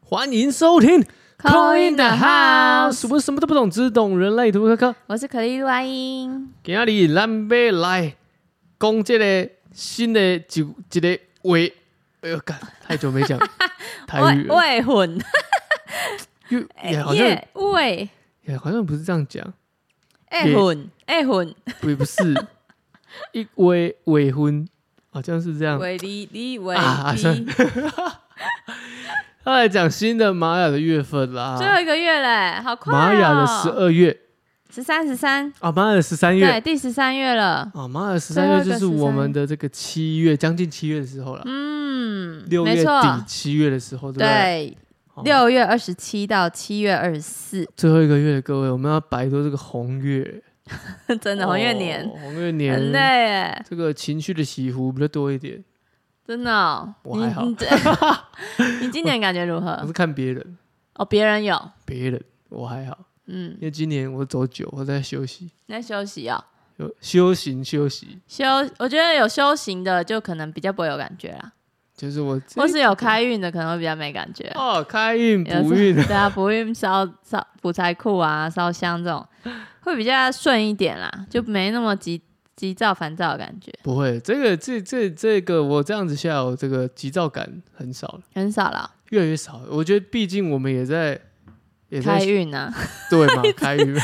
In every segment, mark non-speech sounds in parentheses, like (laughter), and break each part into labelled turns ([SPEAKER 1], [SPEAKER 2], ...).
[SPEAKER 1] 欢迎收听《
[SPEAKER 2] Call in the House
[SPEAKER 1] 我是什么都不懂，只懂人类图科科。
[SPEAKER 2] 我是可丽露阿英，
[SPEAKER 1] 今日咱要来讲这个新的一一个话，哎呦，干，太久
[SPEAKER 2] (laughs)
[SPEAKER 1] 没讲台语
[SPEAKER 2] 未
[SPEAKER 1] 了，
[SPEAKER 2] 未婚，
[SPEAKER 1] 又也哎好像
[SPEAKER 2] 呃耶哎未
[SPEAKER 1] 也好像不是这样讲，
[SPEAKER 2] 未婚，未婚，
[SPEAKER 1] 不不是一未未婚，好像是这样。
[SPEAKER 2] 未离离未
[SPEAKER 1] 啊是
[SPEAKER 2] 离，
[SPEAKER 1] 他来讲新的玛雅的月份啦，
[SPEAKER 2] 最后一个月嘞，好快哦！
[SPEAKER 1] 啊玛雅的十二月
[SPEAKER 2] 十三十三，
[SPEAKER 1] 啊，玛雅的十三月
[SPEAKER 2] 对，第十三月了，
[SPEAKER 1] 啊，玛雅十
[SPEAKER 2] 最
[SPEAKER 1] 三
[SPEAKER 2] 后
[SPEAKER 1] 月
[SPEAKER 2] 一个
[SPEAKER 1] 就是
[SPEAKER 2] 13
[SPEAKER 1] 我们的这个七月，将近七月的时候了，
[SPEAKER 2] 嗯，
[SPEAKER 1] 六
[SPEAKER 2] 没
[SPEAKER 1] 月
[SPEAKER 2] 错，
[SPEAKER 1] 底七月的时候，对不哦对？
[SPEAKER 2] 对，
[SPEAKER 1] 好
[SPEAKER 2] 六月二十七到七月二十四， (laughs)
[SPEAKER 1] 最后一个月的各位，我们要摆脱这个红月，
[SPEAKER 2] 真的红月年
[SPEAKER 1] 哦，红月
[SPEAKER 2] 很
[SPEAKER 1] 年，
[SPEAKER 2] 累耶，
[SPEAKER 1] 这个情绪的起伏比较多一点。
[SPEAKER 2] 真的哦。
[SPEAKER 1] 我还好
[SPEAKER 2] 你你 (laughs) 你今年感觉如
[SPEAKER 1] 我 (laughs)
[SPEAKER 2] 何
[SPEAKER 1] 是？看别人，
[SPEAKER 2] 哦，别人有，
[SPEAKER 1] 别人我还好，
[SPEAKER 2] 嗯
[SPEAKER 1] 因，为今年我走久，我在休息，
[SPEAKER 2] 你在休息哦。
[SPEAKER 1] 有修行休息，
[SPEAKER 2] 修，我觉得有修行的就可能比较不会有感觉啦，
[SPEAKER 1] 就是我
[SPEAKER 2] 或是有开运的可能会比较没感觉。
[SPEAKER 1] 哦开运
[SPEAKER 2] 有时候
[SPEAKER 1] 补运
[SPEAKER 2] 对啊，补运烧烧补财库啊，烧香这种会比较顺一点啦，就没那么急急躁烦躁的感觉，
[SPEAKER 1] 不会，这个这这这个我这样子下，我这个急躁感很少了，
[SPEAKER 2] 很少啦。
[SPEAKER 1] 越来越少了。我觉得毕竟我们也在也在
[SPEAKER 2] 开运啊，
[SPEAKER 1] (laughs) 对嘛， (laughs) 开
[SPEAKER 2] (laughs)
[SPEAKER 1] 运，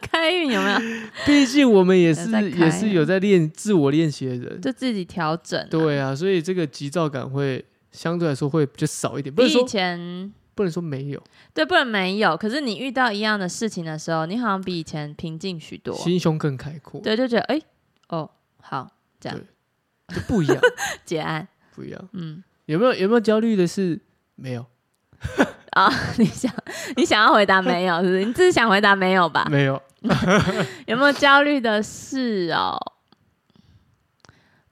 [SPEAKER 2] 开运有没有？
[SPEAKER 1] (laughs) 毕竟我们也是
[SPEAKER 2] 有在开
[SPEAKER 1] 也是有在练自我练习的人，
[SPEAKER 2] 就自己调整啊、
[SPEAKER 1] 对啊，所以这个急躁感会相对来说会比较少一点，不能
[SPEAKER 2] 比以
[SPEAKER 1] 说
[SPEAKER 2] 前
[SPEAKER 1] 不能说没有，
[SPEAKER 2] 对不能没有，可是你遇到一样的事情的时候，你好像比以前平静许多。
[SPEAKER 1] 心胸更开阔，
[SPEAKER 2] 对，就觉得哎、哦，好，这样
[SPEAKER 1] 对就不一样，
[SPEAKER 2] 结案，
[SPEAKER 1] 不一样。
[SPEAKER 2] 嗯。
[SPEAKER 1] 有没有有没有焦虑的是没有
[SPEAKER 2] (laughs) 你想，你想要回答没有？是不是？你只是想回答没有吧？
[SPEAKER 1] 没有，
[SPEAKER 2] 有没有焦虑的事哦？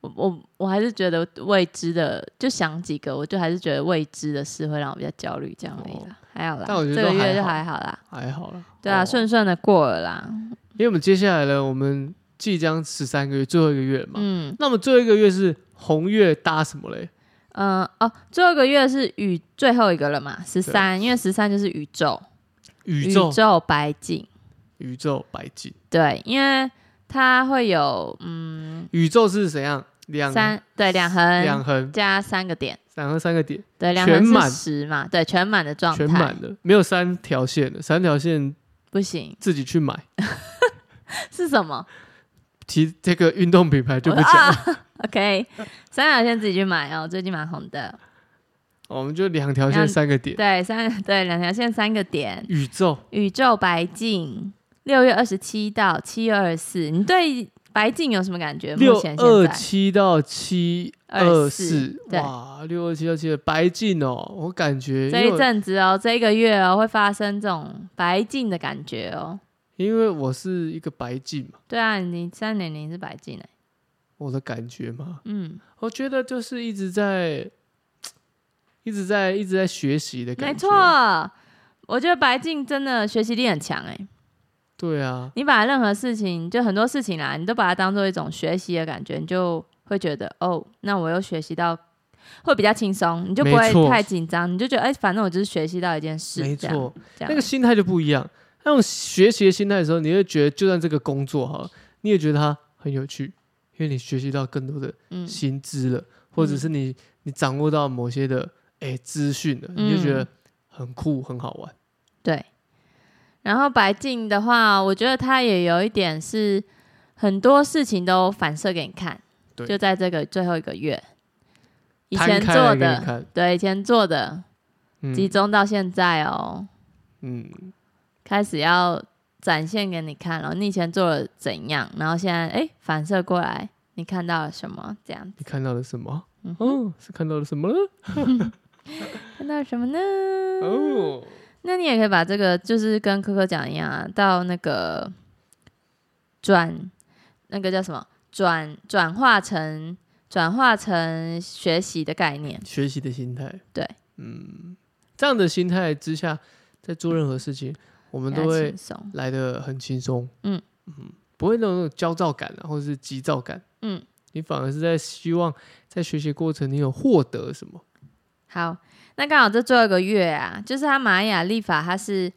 [SPEAKER 2] 我我我还是觉得未知的，就想几个，我就还是觉得未知的事会让我比较焦虑，这样而已啦，还好啦，
[SPEAKER 1] 哦但我觉得
[SPEAKER 2] 这个
[SPEAKER 1] 都还
[SPEAKER 2] 月就
[SPEAKER 1] 好
[SPEAKER 2] 还好啦，
[SPEAKER 1] 还好啦。
[SPEAKER 2] 对啊，
[SPEAKER 1] 哦
[SPEAKER 2] 顺顺的过了啦，
[SPEAKER 1] 因为我们接下来呢，我们即将十三个月，最后一个月了嘛。
[SPEAKER 2] 嗯
[SPEAKER 1] 那么最后一个月是红月搭什么嘞？
[SPEAKER 2] 嗯、呃哦，最后一个月是宇最后一个了嘛，十三，因为十三就是宇宙，
[SPEAKER 1] 宇宙
[SPEAKER 2] 宇宙白景，
[SPEAKER 1] 宇宙白金，
[SPEAKER 2] 对，因为它会有嗯
[SPEAKER 1] 宇宙是怎样？两
[SPEAKER 2] 三对两横
[SPEAKER 1] 两横，
[SPEAKER 2] 加三个点。
[SPEAKER 1] 两横三个点，
[SPEAKER 2] 对，两
[SPEAKER 1] 全
[SPEAKER 2] 横
[SPEAKER 1] 满
[SPEAKER 2] 是十嘛，对，全满的状态，
[SPEAKER 1] 全满了，没有三条线的，三条线
[SPEAKER 2] 不行， (laughs)
[SPEAKER 1] 自己去买。
[SPEAKER 2] 是什么？
[SPEAKER 1] 提这个运动品牌就不讲了，
[SPEAKER 2] 啊 OK，三条线自己去买哦，最近蛮红的。
[SPEAKER 1] (laughs) 我们就两条线
[SPEAKER 2] 两
[SPEAKER 1] 三个点。
[SPEAKER 2] 对，三 (laughs) 对两条线三个点，
[SPEAKER 1] 宇宙
[SPEAKER 2] 宇宙白镜，六月二十七到七月二十四，你对白镜有什么感觉？目
[SPEAKER 1] 六
[SPEAKER 2] 前现
[SPEAKER 1] 二
[SPEAKER 2] 在
[SPEAKER 1] 七到七二
[SPEAKER 2] 24
[SPEAKER 1] 四，
[SPEAKER 2] 对
[SPEAKER 1] 哇，六二七到七的白净哦，我感觉
[SPEAKER 2] 这
[SPEAKER 1] 因
[SPEAKER 2] 一
[SPEAKER 1] 为
[SPEAKER 2] 阵子哦，这一个月哦，会发生这种白镜的感觉哦。
[SPEAKER 1] 因为我是一个白净嘛，
[SPEAKER 2] 对啊，你三点零是白镜哎，
[SPEAKER 1] 我的感觉嘛，
[SPEAKER 2] 嗯，
[SPEAKER 1] 我觉得就是一直在一直在一直在学习的感
[SPEAKER 2] 没
[SPEAKER 1] 觉，
[SPEAKER 2] 错，，我觉得白镜真的学习力很强哎。
[SPEAKER 1] 对啊，
[SPEAKER 2] 你把任何事情，就很多事情啊啦，你都把它当做一种学习的感觉，你就会觉得哦，那我又学习到，会比较轻松，你就不
[SPEAKER 1] 没错
[SPEAKER 2] 会太紧张，你就觉得哎、反正我就是学习到一件事，
[SPEAKER 1] 没
[SPEAKER 2] 这样，
[SPEAKER 1] 错，
[SPEAKER 2] 这样
[SPEAKER 1] 那个心态就不一样。那种学习的心态的时候，你会觉得，就算这个工作
[SPEAKER 2] 嗯
[SPEAKER 1] 哈，你也觉得它很有趣，因为你学习到更多的
[SPEAKER 2] 嗯，
[SPEAKER 1] 薪资了，或者是你你掌握到某些的哎资讯了，
[SPEAKER 2] 嗯
[SPEAKER 1] 你就觉得很酷很好玩。
[SPEAKER 2] 对。然后白净的话，我觉得它也有一点是很多事情都反射给你看，
[SPEAKER 1] 对
[SPEAKER 2] 就在这个最后一个月，以
[SPEAKER 1] 摊
[SPEAKER 2] 前
[SPEAKER 1] 开
[SPEAKER 2] 做
[SPEAKER 1] 来给你
[SPEAKER 2] 的，
[SPEAKER 1] 看，
[SPEAKER 2] 对，以前做的，集
[SPEAKER 1] 嗯
[SPEAKER 2] 中到现在哦。
[SPEAKER 1] 嗯，
[SPEAKER 2] 开始要展现给你看了，你以前做了怎样，然后现在哎反射过来，你看到了什么？这样
[SPEAKER 1] 你看到了什么？
[SPEAKER 2] 嗯
[SPEAKER 1] 哦，是看到了什么了？
[SPEAKER 2] 看到了什么呢？
[SPEAKER 1] 哦，
[SPEAKER 2] 那你也可以把这个就是跟科科讲一样啊，到那个转那个叫什么转转化成转化成学习的概念，
[SPEAKER 1] 学习的心态，
[SPEAKER 2] 对，
[SPEAKER 1] 嗯，这样的心态之下，在做任何事情，我们都
[SPEAKER 2] 比较
[SPEAKER 1] 会
[SPEAKER 2] 轻松。
[SPEAKER 1] 来的很轻松，
[SPEAKER 2] 嗯
[SPEAKER 1] 不会那种焦躁感啊，或者是急躁感，
[SPEAKER 2] 嗯，
[SPEAKER 1] 你反而是在希望在学习过程你有获得什么，
[SPEAKER 2] 好，那刚好这最后一个月啊，就是它玛雅历法，它是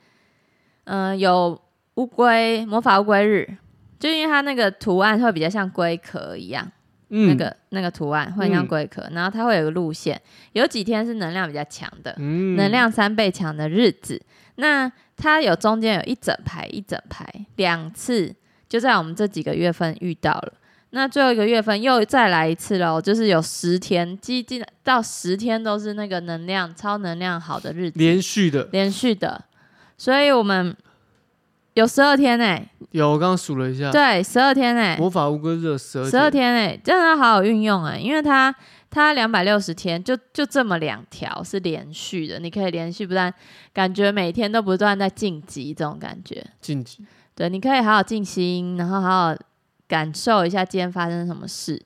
[SPEAKER 2] 嗯、呃有乌龟魔法乌龟日，就因为它那个图案会比较像龟壳一样，
[SPEAKER 1] 嗯，
[SPEAKER 2] 那个那个图案会很像
[SPEAKER 1] 嗯
[SPEAKER 2] 龟壳，然后它会有个路线，有几天是能量比较强的，
[SPEAKER 1] 嗯
[SPEAKER 2] 能量三倍强的日子。那它有中间有一整排一整排两次，就在我们这几个月份遇到了。那最后一个月份又再来一次喽，就是有十天，接近到十天都是那个能量超能量好的日子，
[SPEAKER 1] 连续的
[SPEAKER 2] 连续的，所以我们有十二天哎、
[SPEAKER 1] 有，我刚刚数了一下，
[SPEAKER 2] 对，十二天哎、
[SPEAKER 1] 魔法乌龟热十二
[SPEAKER 2] 十二天哎、真的要好好运用哎、因为它它两百六十天就就这么两条是连续的，你可以连续不断，感觉每天都不断在晋级这种感觉。
[SPEAKER 1] 晋级，
[SPEAKER 2] 对，你可以好好静心，然后好好感受一下今天发生什么事，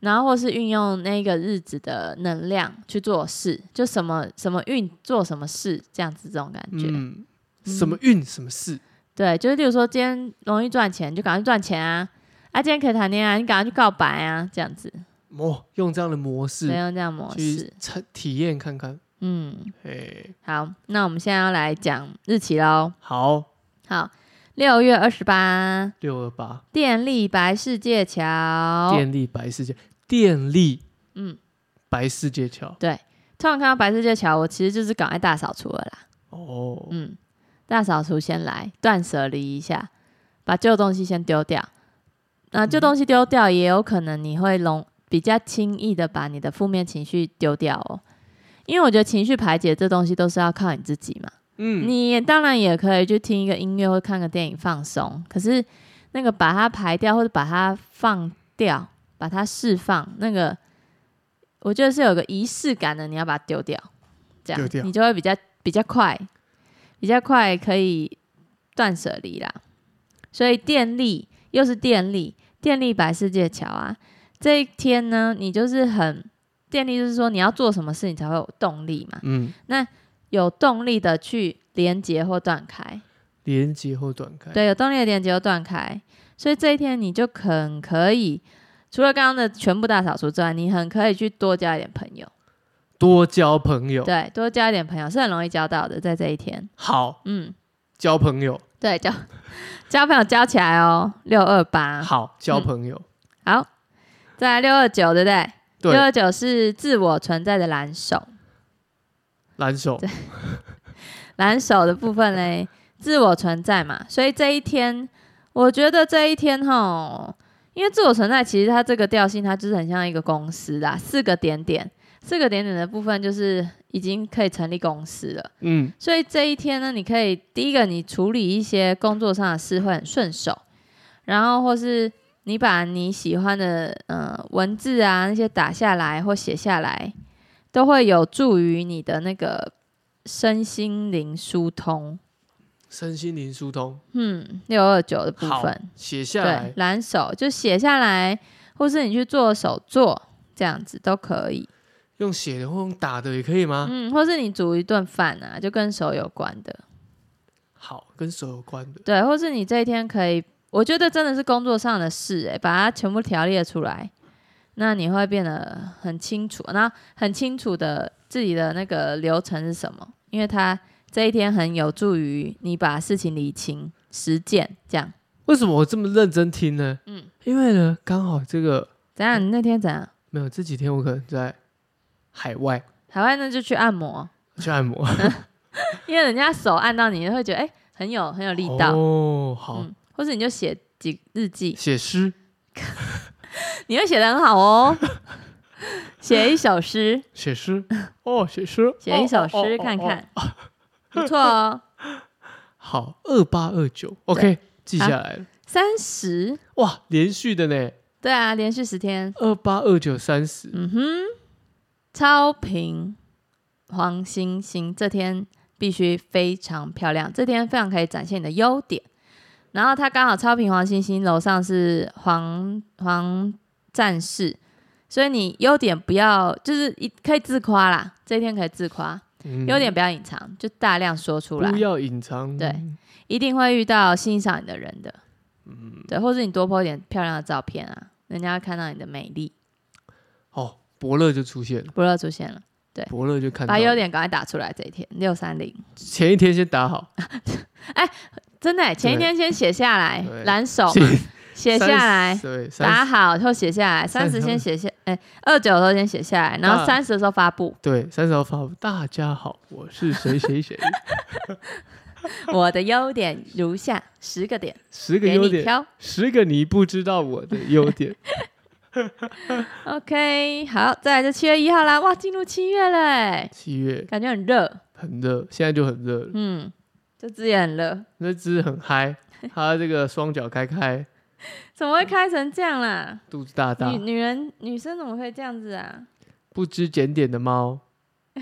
[SPEAKER 2] 然后或是运用那个日子的能量去做事，就什么什么运做什么事这样子这种感觉。
[SPEAKER 1] 嗯，什么运什么事，
[SPEAKER 2] 对，就是例如说今天容易赚钱，就赶快去赚钱啊。啊，今天可以谈恋爱，你赶快去告白啊，这样子，
[SPEAKER 1] 哦，用这样的模
[SPEAKER 2] 没
[SPEAKER 1] 式
[SPEAKER 2] 有这样模
[SPEAKER 1] 去
[SPEAKER 2] 式。
[SPEAKER 1] 参体验看看，
[SPEAKER 2] 嗯，
[SPEAKER 1] 哎，
[SPEAKER 2] 好，那我们现在要来讲日期喽。
[SPEAKER 1] 好，
[SPEAKER 2] 好，六月二十八，
[SPEAKER 1] 六二八
[SPEAKER 2] 电力白世界桥。
[SPEAKER 1] 电力白世界，电力
[SPEAKER 2] 嗯，
[SPEAKER 1] 白世界桥，
[SPEAKER 2] 突然看到白世界桥，我其实就是赶快大扫除了啦。
[SPEAKER 1] 哦，
[SPEAKER 2] 嗯，大扫除先来，断舍离一下，把旧东西先丢掉。那、旧东西丢掉，也有可能你会容比较轻易的把你的负面情绪丢掉哦。因为我觉得情绪排解这东西都是要靠你自己嘛，
[SPEAKER 1] 嗯，
[SPEAKER 2] 你也当然也可以去听一个音乐或看个电影放松，可是那个把它排掉或者把它放掉，把它释放，那个我觉得是有个仪式感的，你要把它丢掉，这样
[SPEAKER 1] 丢掉
[SPEAKER 2] 你就会比较比较快，比较快可以断舍离啦。所以电力又是电力，电力白世界桥啊，这一天呢，你就是很电力，就是说你要做什么事，你才会有动力嘛。
[SPEAKER 1] 嗯，
[SPEAKER 2] 有动力的去连接或断开，
[SPEAKER 1] 连接或断开，
[SPEAKER 2] 对，有动力的连接或断开，所以这一天你就很可以，除了刚刚的全部大扫除之外，你很可以去多交一点朋友，
[SPEAKER 1] 多交朋友，
[SPEAKER 2] 对，多交一点朋友是很容易交到的，在这一天，
[SPEAKER 1] 好，
[SPEAKER 2] 嗯，
[SPEAKER 1] 交朋友，
[SPEAKER 2] 对，交交朋友交起来哦，六二八，
[SPEAKER 1] 好，交
[SPEAKER 2] 嗯
[SPEAKER 1] 朋友，
[SPEAKER 2] 好，再来六二九，对不对？六
[SPEAKER 1] 对，
[SPEAKER 2] 二九是自我存在的蓝手，
[SPEAKER 1] 蓝手，
[SPEAKER 2] 蓝手的部分嘞，自我存在嘛，所以这一天，我觉得这一天吼，因为自我存在其实它这个调性，它就是很像一个公司啦，四个点点，四个点点的部分就是已经可以成立公司了，
[SPEAKER 1] 嗯，
[SPEAKER 2] 所以这一天呢，你可以第一个你处理一些工作上的事会很顺手，然后或是你把你喜欢的呃文字啊那些打下来或写下来，都会有助于你的那个身心灵疏通。
[SPEAKER 1] 身心灵疏通，
[SPEAKER 2] 嗯，六二九的部
[SPEAKER 1] 好
[SPEAKER 2] 分，，
[SPEAKER 1] 写下
[SPEAKER 2] 对，
[SPEAKER 1] 来，
[SPEAKER 2] 蓝手就写下来，或是你去做手作这样子都可以。
[SPEAKER 1] 用写的或用打的也可以吗？
[SPEAKER 2] 嗯，或是你煮一顿饭啊，就跟手有关的。
[SPEAKER 1] 好，跟手有关的，
[SPEAKER 2] 对，或是你这一天可以，我觉得真的是工作上的事、欸，把它全部条列出来，那你会变得很清楚，那很清楚的自己的那个流程是什么，因为它这一天很有助于你把事情理清、实践，这样。
[SPEAKER 1] 为什么我这么认真听呢？嗯
[SPEAKER 2] 嗯，
[SPEAKER 1] 因为呢，刚好这个
[SPEAKER 2] 怎样？你那天怎样？
[SPEAKER 1] 没有这几天我可能在海外
[SPEAKER 2] 海外那就去按摩，
[SPEAKER 1] 去按摩，
[SPEAKER 2] 因为人家手按到你，会觉得哎、很有很有力道，
[SPEAKER 1] 哦，好，
[SPEAKER 2] 嗯，或是你就写几日记，
[SPEAKER 1] 写诗
[SPEAKER 2] 你会写的很好哦，写一首诗。
[SPEAKER 1] 写诗，
[SPEAKER 2] (laughs)
[SPEAKER 1] 哦，写诗，
[SPEAKER 2] 写一首
[SPEAKER 1] 哦
[SPEAKER 2] 诗看，
[SPEAKER 1] 哦哦哦
[SPEAKER 2] 看，不错
[SPEAKER 1] 哦
[SPEAKER 2] 哦。
[SPEAKER 1] 好，二八二九，OK，记下来
[SPEAKER 2] 啊
[SPEAKER 1] 了，
[SPEAKER 2] 三十，
[SPEAKER 1] 哇，连续的呢，
[SPEAKER 2] 对啊，连续十天，
[SPEAKER 1] 二八二九三十，
[SPEAKER 2] 嗯哼，超频黄星星，这天必须非常漂亮，这天非常可以展现你的优点。然后它刚好超频黄星星楼上是黄黄战士，所以你优点不要就是一可以自夸啦，这一天可以自夸，
[SPEAKER 1] 嗯
[SPEAKER 2] 优点不要隐藏，就大量说出来
[SPEAKER 1] 不。要隐藏，
[SPEAKER 2] 对，一定会遇到欣赏你的人的，嗯，对，或者你多 po 一点漂亮的照片啊，人家会看到你的美丽。
[SPEAKER 1] 哦，伯乐就出现了，
[SPEAKER 2] 伯乐出现了，对
[SPEAKER 1] 伯乐就看到
[SPEAKER 2] 把优点赶快打出来。这一天六三零，
[SPEAKER 1] 前一天先打好，
[SPEAKER 2] 真的耶前一天先写下来
[SPEAKER 1] 对，
[SPEAKER 2] 蓝手 (laughs) 写下
[SPEAKER 1] 30
[SPEAKER 2] 来，
[SPEAKER 1] 对，三
[SPEAKER 2] 打好后写下来，三
[SPEAKER 1] 30
[SPEAKER 2] 十先写下，哎，二九的时候先写下来，然后
[SPEAKER 1] 大
[SPEAKER 2] 三十的时候发布。
[SPEAKER 1] 对三十号发布，大家好，我是谁谁
[SPEAKER 2] (laughs)
[SPEAKER 1] 谁，
[SPEAKER 2] 我的优点如下十个点，
[SPEAKER 1] 十个
[SPEAKER 2] 给
[SPEAKER 1] 优
[SPEAKER 2] 你
[SPEAKER 1] 点，
[SPEAKER 2] 挑。
[SPEAKER 1] 十个你不知道我的优
[SPEAKER 2] (laughs)
[SPEAKER 1] 点，
[SPEAKER 2] OK，好，再来就七月一号啦，哇，进入七月了耶，
[SPEAKER 1] 七月
[SPEAKER 2] 感觉很热，
[SPEAKER 1] 很热，现在就很热了，
[SPEAKER 2] 嗯，这只也很热，
[SPEAKER 1] 那只很
[SPEAKER 2] (laughs)
[SPEAKER 1] 嗨，它这个双脚开开，
[SPEAKER 2] 怎么会开成这样啦？
[SPEAKER 1] 肚子大大
[SPEAKER 2] 女，女人女生怎么会这样子啊？
[SPEAKER 1] 不知检点的猫，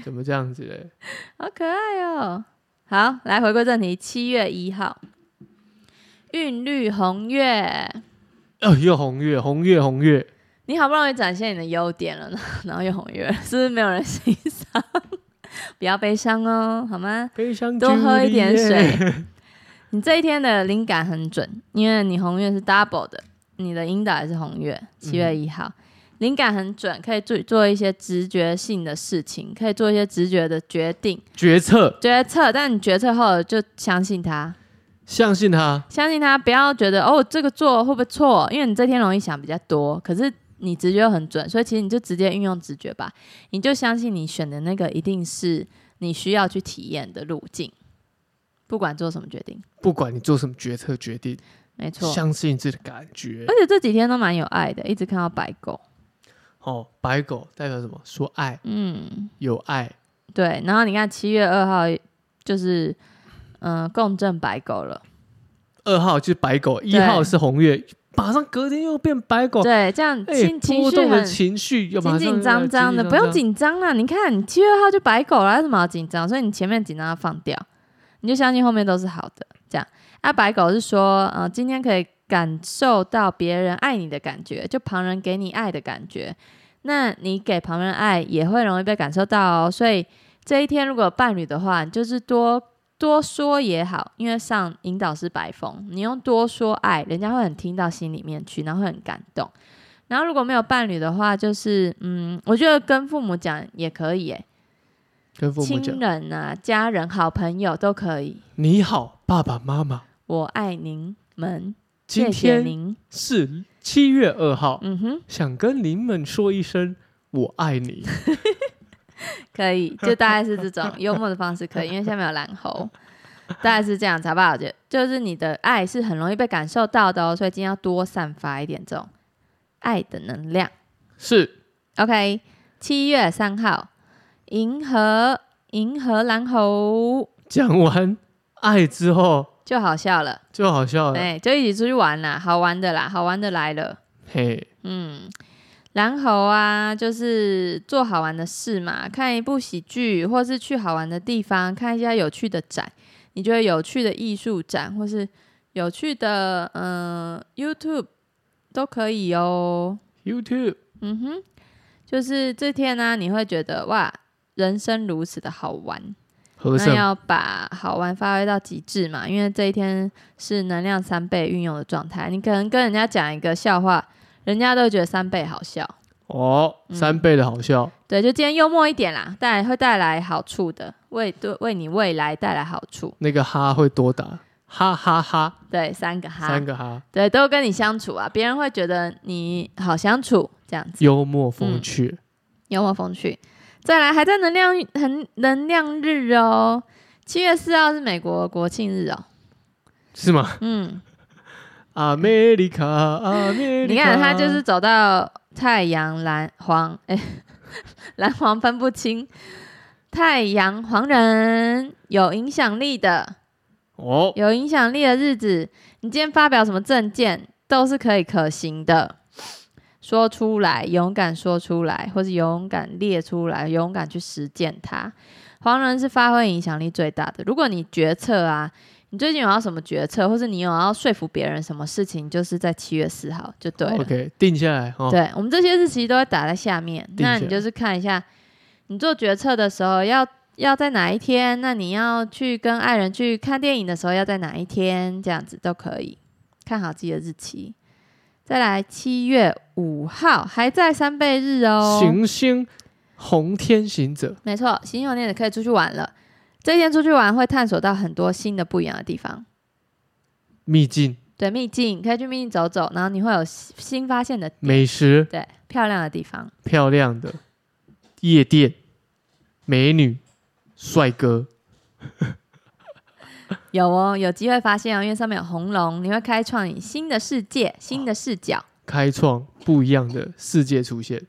[SPEAKER 1] 怎么这样子嘞？
[SPEAKER 2] 好可爱哦！好，来回归正题，七月一号，韵律红月，
[SPEAKER 1] 哦，又红月，红月，红月，
[SPEAKER 2] 你好不容易展现你的优点了，然后然后又红月了，是不是没有人欣赏？ (laughs) 不要悲伤哦，好吗？
[SPEAKER 1] 悲伤
[SPEAKER 2] 多喝一点
[SPEAKER 1] 剧烈，
[SPEAKER 2] 水。 (laughs) 你这一天的灵感很准，因为你红月是 double 的，你的引导也是红月，七月一号，灵感很准，可以做做一些直觉性的事情，可以做一些直觉的决定、
[SPEAKER 1] 决策，
[SPEAKER 2] 决策。但你决策后就相信它，
[SPEAKER 1] 相信它，
[SPEAKER 2] 相信它，不要觉得哦这个做会不会错，因为你这天容易想比较多，可是。你直觉很准，所以其实你就直接运用直觉吧，你就相信你选的那个一定是你需要去体验的路径，不管做什么决定。
[SPEAKER 1] 不管你做什么决策决定，
[SPEAKER 2] 没错，
[SPEAKER 1] 相信自己的感觉
[SPEAKER 2] 而。且这几天都蛮有爱的，一直看到白狗，
[SPEAKER 1] 哦，白狗代表什么？说爱，
[SPEAKER 2] 嗯，
[SPEAKER 1] 有爱，
[SPEAKER 2] 对。然后你看七月二号就是嗯、呃共振白狗了，
[SPEAKER 1] 二号就是白狗，一号是红月，马上隔天又变白狗，
[SPEAKER 2] 对，这样
[SPEAKER 1] 哎，
[SPEAKER 2] 情情
[SPEAKER 1] 波
[SPEAKER 2] 绪
[SPEAKER 1] 动的
[SPEAKER 2] 很
[SPEAKER 1] 情绪又马
[SPEAKER 2] 紧
[SPEAKER 1] 上
[SPEAKER 2] 紧张张的，不用。紧张啦。你看你七月二号就白狗了，有什么好紧张？所以你前面紧张要放掉，你就相信后面都是好的。这样啊，白狗是说，呃，今天可以感受到别人爱你的感觉，就旁人给你爱的感觉。那你给旁人爱也会容易被感受到哦。所以这一天如果有伴侣的话，你就是多多说也好，因为上引导是白风，你用多说爱，人家会很听到心里面去，然后会很感动。然后如果没有伴侣的话，就是嗯，我觉得跟父母讲也可以，哎，
[SPEAKER 1] 跟父母
[SPEAKER 2] 亲
[SPEAKER 1] 讲，
[SPEAKER 2] 人啊、家人、好朋友都可以。
[SPEAKER 1] 你好，爸爸妈妈，
[SPEAKER 2] 我爱您们，
[SPEAKER 1] 今
[SPEAKER 2] 谢谢
[SPEAKER 1] 天
[SPEAKER 2] 您。
[SPEAKER 1] 是七月二号，
[SPEAKER 2] 嗯哼，
[SPEAKER 1] 想跟您们说一声我爱你。
[SPEAKER 2] 可以，就大概是这种幽默的方式可以，因为下面有蓝
[SPEAKER 1] (laughs)
[SPEAKER 2] 猴，大概是这样子，好不好？就就是你的爱是很容易被感受到的哦，所以今天要多散发一点这种爱的能量。
[SPEAKER 1] 是
[SPEAKER 2] OK，七月三号，银河银河蓝猴
[SPEAKER 1] 讲完爱之后
[SPEAKER 2] 就好笑了。
[SPEAKER 1] 就好笑了，
[SPEAKER 2] 哎、就一起出去玩啦，好玩的啦，好玩的来了。
[SPEAKER 1] 嘿，
[SPEAKER 2] 嗯，然后啊，就是做好玩的事嘛，看一部喜剧，或是去好玩的地方，看一下有趣的展，你觉得有趣的艺术展，或是有趣的嗯、呃 YouTube 都可以哦。
[SPEAKER 1] YouTube
[SPEAKER 2] 嗯哼，就是这天呢、你会觉得哇，人生如此的好玩。
[SPEAKER 1] 和
[SPEAKER 2] 那
[SPEAKER 1] 尚
[SPEAKER 2] 要把好玩发挥到极致嘛，因为这一天是能量三倍运用的状态。你可能跟人家讲一个笑话，人家都会觉得三倍好笑。
[SPEAKER 1] 哦，
[SPEAKER 2] 嗯
[SPEAKER 1] 三倍的好笑，
[SPEAKER 2] 对，就今天幽默一点啦，带会带来好处的，为对为你未来带来好处。
[SPEAKER 1] 那个哈会多打，哈哈哈，
[SPEAKER 2] 对，三个哈，
[SPEAKER 1] 三个哈，
[SPEAKER 2] 对，都跟你相处啊，别人会觉得你好相处，这样子
[SPEAKER 1] 幽默风
[SPEAKER 2] 嗯
[SPEAKER 1] 趣，
[SPEAKER 2] 幽默风趣。再来，还在能量很能量日哦，七月四号是美国国庆日哦，
[SPEAKER 1] 是吗？
[SPEAKER 2] 嗯。
[SPEAKER 1] (laughs) 阿美利卡，阿美利
[SPEAKER 2] 你
[SPEAKER 1] 卡，
[SPEAKER 2] 看，他就是走到太阳蓝黄，哎、 (laughs) 蓝黄分不清，太阳黄人有影响力的，
[SPEAKER 1] 哦，
[SPEAKER 2] 有影响力的日子，你今天发表什么证件都是可以可行的，说出来，勇敢说出来，或是勇敢列出来，勇敢去实践它。黄人是发挥影响力最大的。如果你决策啊，你最近有要什么决策，或是你有要说服别人什么事情，就是在七月四号就对了。
[SPEAKER 1] ，OK，定下来哦，
[SPEAKER 2] 对我们这些日期都会打在下面，
[SPEAKER 1] 定
[SPEAKER 2] 那
[SPEAKER 1] 下
[SPEAKER 2] 你
[SPEAKER 1] 来
[SPEAKER 2] 就是看一下，你做决策的时候要要在哪一天，那你要去跟爱人去看电影的时候要在哪一天，这样子都可以，看好自己的日期。再来，七月五号还在三倍日哦，
[SPEAKER 1] 行星红天行者，
[SPEAKER 2] 没错，新手念也可以出去玩了。这一天出去玩会探索到很多新的不一样的地方，
[SPEAKER 1] 秘境、
[SPEAKER 2] 对秘境可以去秘境走走，然后你会有新新发现的
[SPEAKER 1] 美食、
[SPEAKER 2] 对漂亮的地方，
[SPEAKER 1] 漂亮的夜店、美女、帅哥，
[SPEAKER 2] 有哦，有机会发现哦，因为上面有红龙，你会开创你新的世界、新的视角，
[SPEAKER 1] 开创不一样的世界出现。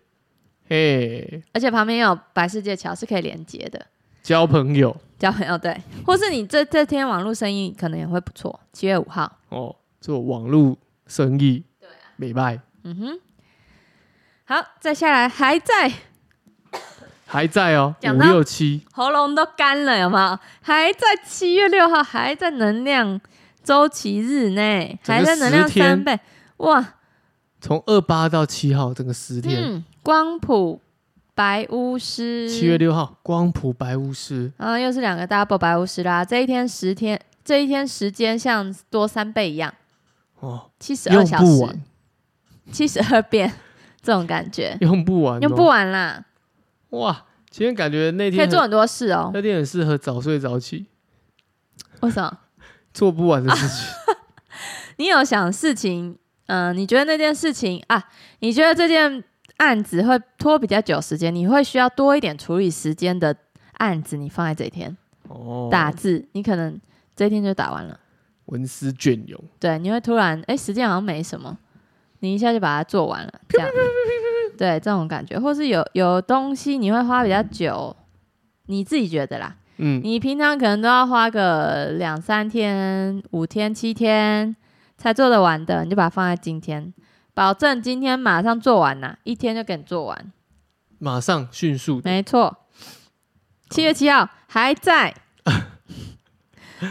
[SPEAKER 1] 嘿，
[SPEAKER 2] 而且旁边有白世界桥是可以连接的。
[SPEAKER 1] 交朋友
[SPEAKER 2] 交朋友 (laughs) 对，或是你这这天网络生意可能也会不错。七月五号，
[SPEAKER 1] 哦，做网络生意，
[SPEAKER 2] 啊
[SPEAKER 1] 美败
[SPEAKER 2] 嗯哼，好，再下来还在
[SPEAKER 1] 还在哦，
[SPEAKER 2] 讲
[SPEAKER 1] 五
[SPEAKER 2] 到
[SPEAKER 1] 六七。
[SPEAKER 2] 喉咙都干了，有没有？还在七月六号，还在能量周期日内，
[SPEAKER 1] 整
[SPEAKER 2] 还
[SPEAKER 1] 个
[SPEAKER 2] 在能量
[SPEAKER 1] 十天
[SPEAKER 2] 三倍，哇，
[SPEAKER 1] 从二八到七号，整个十天，
[SPEAKER 2] 嗯，光谱白巫师，
[SPEAKER 1] 七、月六号，光谱白巫师，
[SPEAKER 2] 然嗯后又是两个 double 白巫师啦。这一天十天，这一天时间像多三倍一样，
[SPEAKER 1] 哦，
[SPEAKER 2] 七十二
[SPEAKER 1] 用
[SPEAKER 2] 小
[SPEAKER 1] 不
[SPEAKER 2] 时，
[SPEAKER 1] 完，
[SPEAKER 2] 七十二
[SPEAKER 1] (laughs)
[SPEAKER 2] 变这种感觉， (laughs)
[SPEAKER 1] 用不完、哦，
[SPEAKER 2] 用不完啦，
[SPEAKER 1] 哇！今天感觉那
[SPEAKER 2] 可以
[SPEAKER 1] 天
[SPEAKER 2] 做
[SPEAKER 1] 很
[SPEAKER 2] 很多事哦。
[SPEAKER 1] 那天很适合早睡早起，
[SPEAKER 2] 为
[SPEAKER 1] (laughs)
[SPEAKER 2] 什么？
[SPEAKER 1] 做不完的事
[SPEAKER 2] (laughs)
[SPEAKER 1] 情。
[SPEAKER 2] 你有想事情？嗯、你觉得那件事情啊？你觉得这件案子会拖比较久时间？你会需要多一点处理时间的案子，你放在这一天、
[SPEAKER 1] 哦，
[SPEAKER 2] 打字，你可能这一天就打完了。
[SPEAKER 1] 文思隽永，
[SPEAKER 2] 对，你会突然哎，时间好像没什么，你一下就把它做完了，这样。对，这种感觉，或是有有东西你会花比较久，你自己觉得啦。
[SPEAKER 1] 嗯，
[SPEAKER 2] 你平常可能都要花个两三天、五天、七天才做得完的，你就把它放在今天，保证今天马上做完呐、一天就给你做完。
[SPEAKER 1] 马上迅速的，
[SPEAKER 2] 没错，七月七号还在，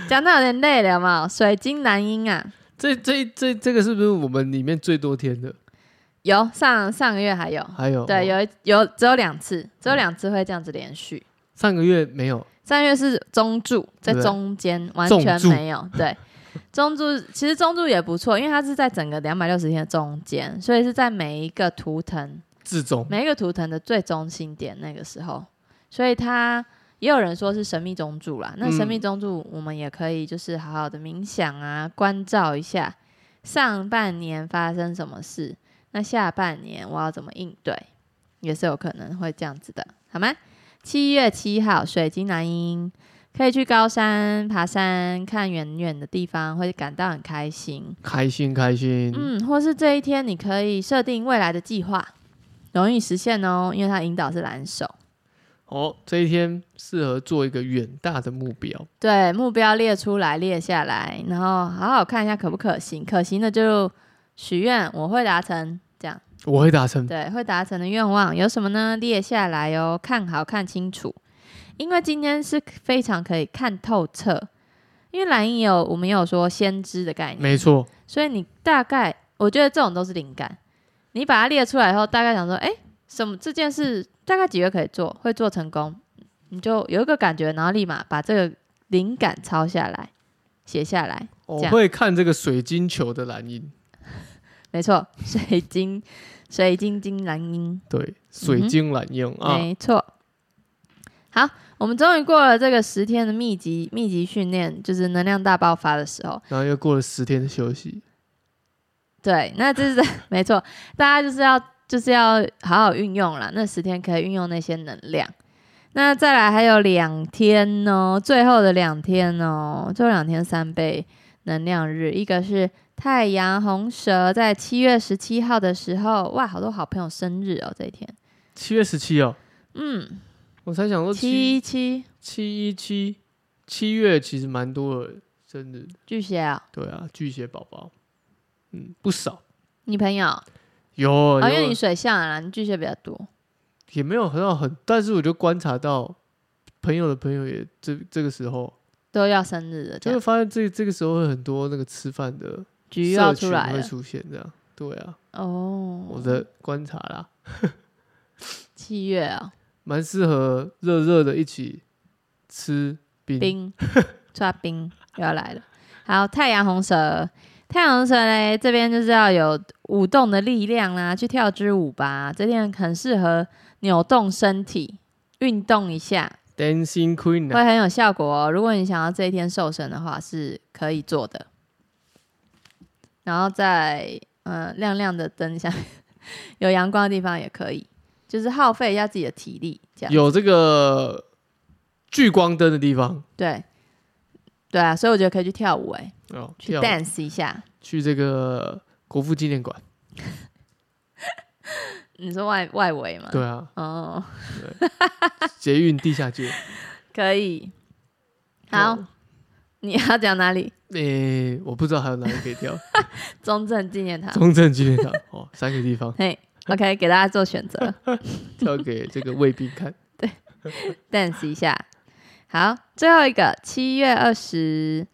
[SPEAKER 2] 讲到有点累了，有没有？水晶男婴啊，
[SPEAKER 1] 这这这这个是不是我们里面最多天的？
[SPEAKER 2] 有上上个月还有，
[SPEAKER 1] 还有
[SPEAKER 2] 对，
[SPEAKER 1] 哦
[SPEAKER 2] 有一有只有两次，只有两次会这样子连续。
[SPEAKER 1] 上个月没有，
[SPEAKER 2] 上个月是中柱，在
[SPEAKER 1] 对不对
[SPEAKER 2] 中间完
[SPEAKER 1] 中
[SPEAKER 2] 全
[SPEAKER 1] 柱
[SPEAKER 2] 没有。对， (laughs) 中柱其实中柱也不错，因为它是在整个两百六十天的中间，所以是在每一个图腾、
[SPEAKER 1] 至中
[SPEAKER 2] 每一个图腾的最中心点那个时候，所以它也有人说是神秘中柱啦。那神秘中柱，我们也可以就是好好的冥想啊，关照一下上半年发生什么事，那下半年我要怎么应对，也是有可能会这样子的，好吗？七月七号，水晶男婴可以去高山爬山，看远远的地方，会感到很开心。
[SPEAKER 1] 开心开心，
[SPEAKER 2] 嗯，或是这一天你可以设定未来的计划，容易实现哦，因为它引导是蓝手。
[SPEAKER 1] 哦，这一天适合做一个远大的目标，
[SPEAKER 2] 对，目标列出来，列下来，然后好好看一下可不可行，可行的就许愿，我会达成。这样
[SPEAKER 1] 我会达成。
[SPEAKER 2] 对，会达成的愿望有什么呢？列下来哦，看好看清楚，因为今天是非常可以看透彻，因为蓝鹰有我们也有说先知的概念，
[SPEAKER 1] 没错，
[SPEAKER 2] 所以你大概，我觉得这种都是灵感。你把它列出来以后，大概想说，哎，什么这件事大概几月可以做，会做成功，你就有一个感觉，然后立马把这个灵感抄下来，写下来。这
[SPEAKER 1] 我
[SPEAKER 2] 样
[SPEAKER 1] 会看这个水晶球的蓝音，
[SPEAKER 2] 没错， (laughs) 水晶，水晶金蓝鹰，
[SPEAKER 1] 对，水晶蓝音啊，
[SPEAKER 2] 没错。好，我们终于过了这个十天的密集密集训练，就是能量大爆发的时候。
[SPEAKER 1] 然后又过了十天的休息，
[SPEAKER 2] 对，那这是 (laughs) 没错，大家就是要就是要好好运用啦。那十天可以运用那些能量。那再来还有两天哦，最后的两天哦，最后两天三倍能量日，一个是太阳红蛇，在七月十七号的时候，哇，好多好朋友生日哦，这一天，
[SPEAKER 1] 七月十七哦，
[SPEAKER 2] 嗯，
[SPEAKER 1] 我才想说
[SPEAKER 2] 七
[SPEAKER 1] 七
[SPEAKER 2] 一七
[SPEAKER 1] 七一七七月其实蛮多的生日，
[SPEAKER 2] 巨蟹啊、
[SPEAKER 1] 对啊，巨蟹宝宝，嗯，不少
[SPEAKER 2] 你朋友哦，
[SPEAKER 1] 有，有
[SPEAKER 2] 因为你水象啊，你巨蟹比较多，
[SPEAKER 1] 也没有很到很，但是我就观察到朋友的朋友也这这个时候，
[SPEAKER 2] 都要生日了，
[SPEAKER 1] 就
[SPEAKER 2] 这
[SPEAKER 1] 会
[SPEAKER 2] 样
[SPEAKER 1] 发现这这个时候会很多那个吃饭的
[SPEAKER 2] 局又要
[SPEAKER 1] 社
[SPEAKER 2] 出
[SPEAKER 1] 群
[SPEAKER 2] 来
[SPEAKER 1] 会
[SPEAKER 2] 了
[SPEAKER 1] 出现这样，对啊，
[SPEAKER 2] 哦，
[SPEAKER 1] 我的观察啦，
[SPEAKER 2] 七月啊、
[SPEAKER 1] 蛮适合热热的一起吃冰，
[SPEAKER 2] 冰，抓冰又要来了。好，太阳红蛇，太阳红蛇嘞，这边就是要有舞动的力量啦，去跳支舞吧。这天很适合扭动身体，运动一下，
[SPEAKER 1] Dancing Queen 啊
[SPEAKER 2] 会很有效果哦。如果你想要这一天瘦身的话，是可以做的。然后在呃亮亮的灯下 (laughs) 有阳光的地方也可以，就是耗费一下自己的体力，这样
[SPEAKER 1] 有这个聚光灯的地方
[SPEAKER 2] 对对啊。所以我觉得可以去跳舞、哎，
[SPEAKER 1] 哦，
[SPEAKER 2] 去
[SPEAKER 1] 跳
[SPEAKER 2] dance 一下。
[SPEAKER 1] 去这个国父纪念馆，
[SPEAKER 2] 你说外外围吗？
[SPEAKER 1] 对啊，
[SPEAKER 2] 哦，嗯
[SPEAKER 1] 捷运地下街。
[SPEAKER 2] 可以。 (laughs) 好，
[SPEAKER 1] 哦，
[SPEAKER 2] 你要讲哪里？ (laughs)
[SPEAKER 1] 诶、我不知道还有哪里可以跳，
[SPEAKER 2] 中正纪念堂。
[SPEAKER 1] 中正纪念堂哦，三个地方
[SPEAKER 2] 嘿，OK，给大家做选
[SPEAKER 1] (laughs)
[SPEAKER 2] 择
[SPEAKER 1] 跳给这个卫兵看。
[SPEAKER 2] ，dance 一下。好，最后一个，七月二十，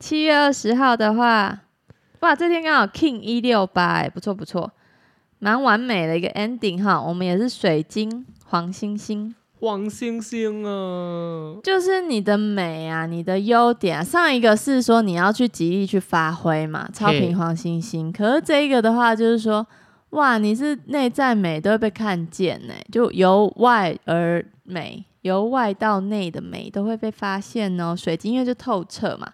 [SPEAKER 2] 七月二十号的话，哇，这天刚好 King 一六八，哎，不错不错，蛮完美的一个 ending 哈。我们也是水晶黄星星，
[SPEAKER 1] 黄星星啊，
[SPEAKER 2] 就是你的美啊，你的优点啊。上一个是说你要去极力去发挥嘛，超
[SPEAKER 1] 嘿
[SPEAKER 2] 频黄星星。可是这一个的话，就是说，哇，你是内在美都会被看见呢、就由外而美，由外到内的美都会被发现哦。水晶因为就透彻嘛，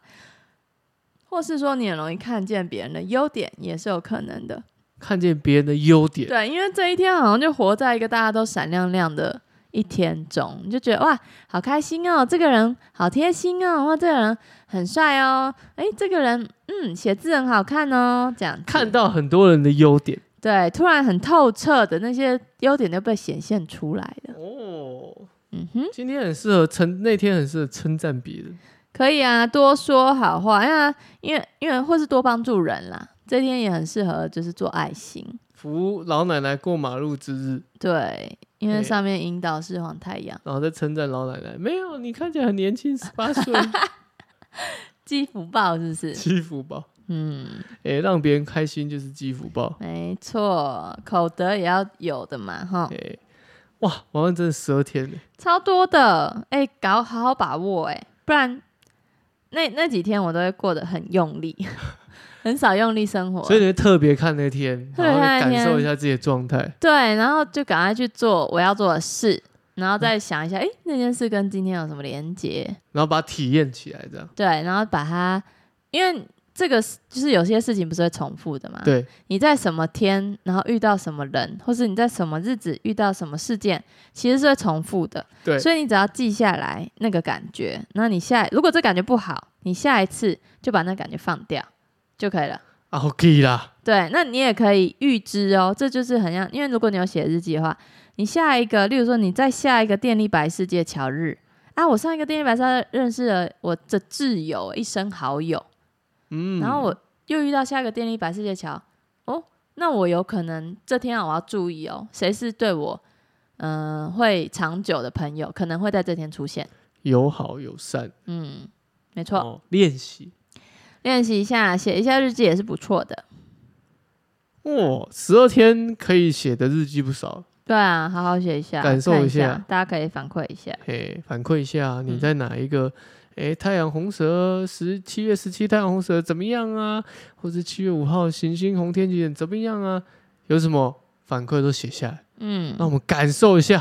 [SPEAKER 2] 或是说你很容易看见别人的优点，也是有可能的。
[SPEAKER 1] 看见别人的优点，
[SPEAKER 2] 对，因为这一天好像就活在一个大家都闪亮亮的一天中，你就觉得哇，好开心哦，这个人好贴心哦，哇，这个人很帅哦，诶，这个人嗯，写字很好看哦，这样子
[SPEAKER 1] 看到很多人的优点
[SPEAKER 2] 对，突然很透彻的那些优点都被显现出来了。
[SPEAKER 1] 哦。
[SPEAKER 2] 嗯哼，
[SPEAKER 1] 今天很适合称，那天很适合称赞别人。
[SPEAKER 2] 可以啊，多说好话，啊，因为因为或是多帮助人啦，这天也很适合就是做爱心，
[SPEAKER 1] 扶老奶奶过马路之日，
[SPEAKER 2] 对，因为
[SPEAKER 1] 对
[SPEAKER 2] 上面引导是黄太阳，
[SPEAKER 1] 然后再称赞老奶奶，没有，你看起来很年轻，十八
[SPEAKER 2] (laughs)
[SPEAKER 1] 岁，
[SPEAKER 2] 积福报是不是？
[SPEAKER 1] 积福报，
[SPEAKER 2] 嗯。
[SPEAKER 1] 哎、让别人开心就是积福报，
[SPEAKER 2] 没错，口德也要有的嘛，哈
[SPEAKER 1] 哎、，哇，王安真的十二天呢，
[SPEAKER 2] 超多的，哎、搞好好把握、哎，不然那那几天我都会过得很用力， (laughs) 很少用力生活，
[SPEAKER 1] 所以你会特别看那天，
[SPEAKER 2] 特别
[SPEAKER 1] 然后
[SPEAKER 2] 看那
[SPEAKER 1] 你感受
[SPEAKER 2] 天
[SPEAKER 1] 一下自己的状态，
[SPEAKER 2] 对，然后就赶快去做我要做的事，然后再想一下，哎、那件事跟今天有什么连接？
[SPEAKER 1] 然后把它体验起来，这样，
[SPEAKER 2] 对，然后把它，因为这个是就是有些事情不是会重复的嘛，
[SPEAKER 1] 对，
[SPEAKER 2] 你在什么天，然后遇到什么人，或是你在什么日子遇到什么事件，其实是会重复的。
[SPEAKER 1] 对
[SPEAKER 2] 所以你只要记下来那个感觉，那你下如果这感觉不好，你下一次就把那感觉放掉就可以了。
[SPEAKER 1] 啊，好 k 啦，
[SPEAKER 2] 对，那你也可以预知哦，这就是很像，因为如果你有写日记的话，你下一个，例如说你在下一个电力白世界乔日啊，我上一个电力白世界认识了我的挚友，一生好友，
[SPEAKER 1] 嗯，
[SPEAKER 2] 然后我又遇到下一个电力白世界桥，哦，那我有可能这天啊我要注意哦，谁是对我嗯、呃会长久的朋友，可能会在这天出现。
[SPEAKER 1] 友好友善，
[SPEAKER 2] 嗯，没错，
[SPEAKER 1] 哦，练习，
[SPEAKER 2] 练习一下，写一下日记也是不错的。
[SPEAKER 1] 哦，十二天可以写的日记不少，
[SPEAKER 2] 对啊，好好写一下，
[SPEAKER 1] 感受
[SPEAKER 2] 看
[SPEAKER 1] 一
[SPEAKER 2] 一
[SPEAKER 1] 下
[SPEAKER 2] 大家可以反馈一下。
[SPEAKER 1] 哎，反馈一下
[SPEAKER 2] 嗯
[SPEAKER 1] 你在哪一个？哎、太阳红蛇十七月十七太阳红蛇怎么样啊？或者七月五号行星红天体怎么样啊？有什么反馈都写下来，
[SPEAKER 2] 嗯
[SPEAKER 1] 让我们感受一下，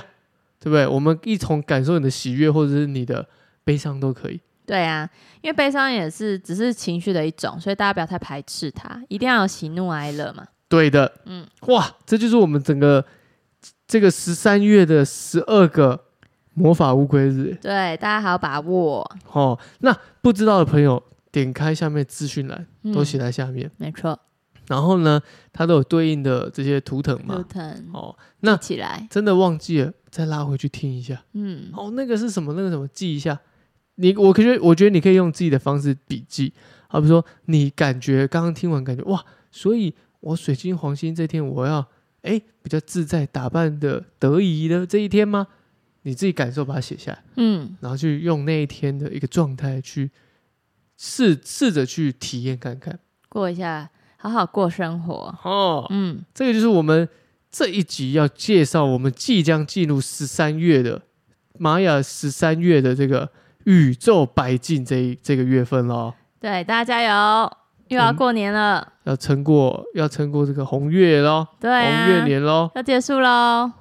[SPEAKER 1] 对不对？我们一同感受你的喜悦或者是你的悲伤都可以。
[SPEAKER 2] 对啊，因为悲伤也是只是情绪的一种，所以大家不要太排斥它，一定要有喜怒哀乐嘛。
[SPEAKER 1] 对的，
[SPEAKER 2] 嗯，
[SPEAKER 1] 哇，这就是我们整个这个十三月的十二个魔法乌龟日
[SPEAKER 2] 对，大家好好把握。
[SPEAKER 1] 哦。那不知道的朋友，点开下面资讯栏，
[SPEAKER 2] 嗯
[SPEAKER 1] 都写在下面。
[SPEAKER 2] 没错，
[SPEAKER 1] 然后呢，它都有对应的这些图腾
[SPEAKER 2] 图
[SPEAKER 1] 嘛。
[SPEAKER 2] 腾
[SPEAKER 1] 哦，
[SPEAKER 2] 记
[SPEAKER 1] 那
[SPEAKER 2] 起来。
[SPEAKER 1] 真的忘记了，再拉回去听一下。
[SPEAKER 2] 嗯，
[SPEAKER 1] 哦，那个是什么？那个什么，记一下。你，我可觉得，我觉得你可以用自己的方式笔记，好比说，你感觉刚刚听完，感觉哇，所以我水晶黄星这天，我要哎比较自在打扮的得宜的这一天吗？你自己感受把它写下来，
[SPEAKER 2] 嗯，
[SPEAKER 1] 然后去用那一天的一个状态去试试着去体验看看。
[SPEAKER 2] 过一下，好好过生活。
[SPEAKER 1] 哦，
[SPEAKER 2] 嗯，
[SPEAKER 1] 这个就是我们这一集要介绍我们即将进入十三月的玛雅十三月的这个宇宙白镜这一这个月份咯，
[SPEAKER 2] 对，大家加油，又要
[SPEAKER 1] 嗯
[SPEAKER 2] 过年了，
[SPEAKER 1] 要撑过嗯要撑过这个红月咯，
[SPEAKER 2] 对啊，
[SPEAKER 1] 红月年咯。
[SPEAKER 2] 要结束喽，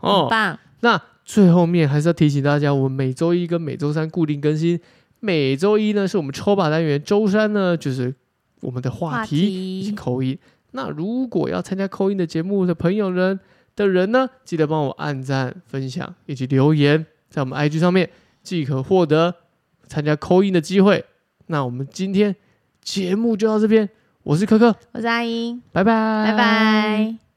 [SPEAKER 1] 哦
[SPEAKER 2] 很棒，
[SPEAKER 1] 那最后面还是要提醒大家，我们每周一跟每周三固定更新。每周一呢是我们抽把单元，周三呢就是我们的话题以及
[SPEAKER 2] 题
[SPEAKER 1] 口音。那如果要参加口音的节目的朋友呢的人呢，记得帮我按赞、分享以及留言，在我们 IG 上面即可获得参加口音的机会。那我们今天节目就到这边，我是可可，
[SPEAKER 2] 我是阿英，
[SPEAKER 1] 拜拜，
[SPEAKER 2] 拜拜。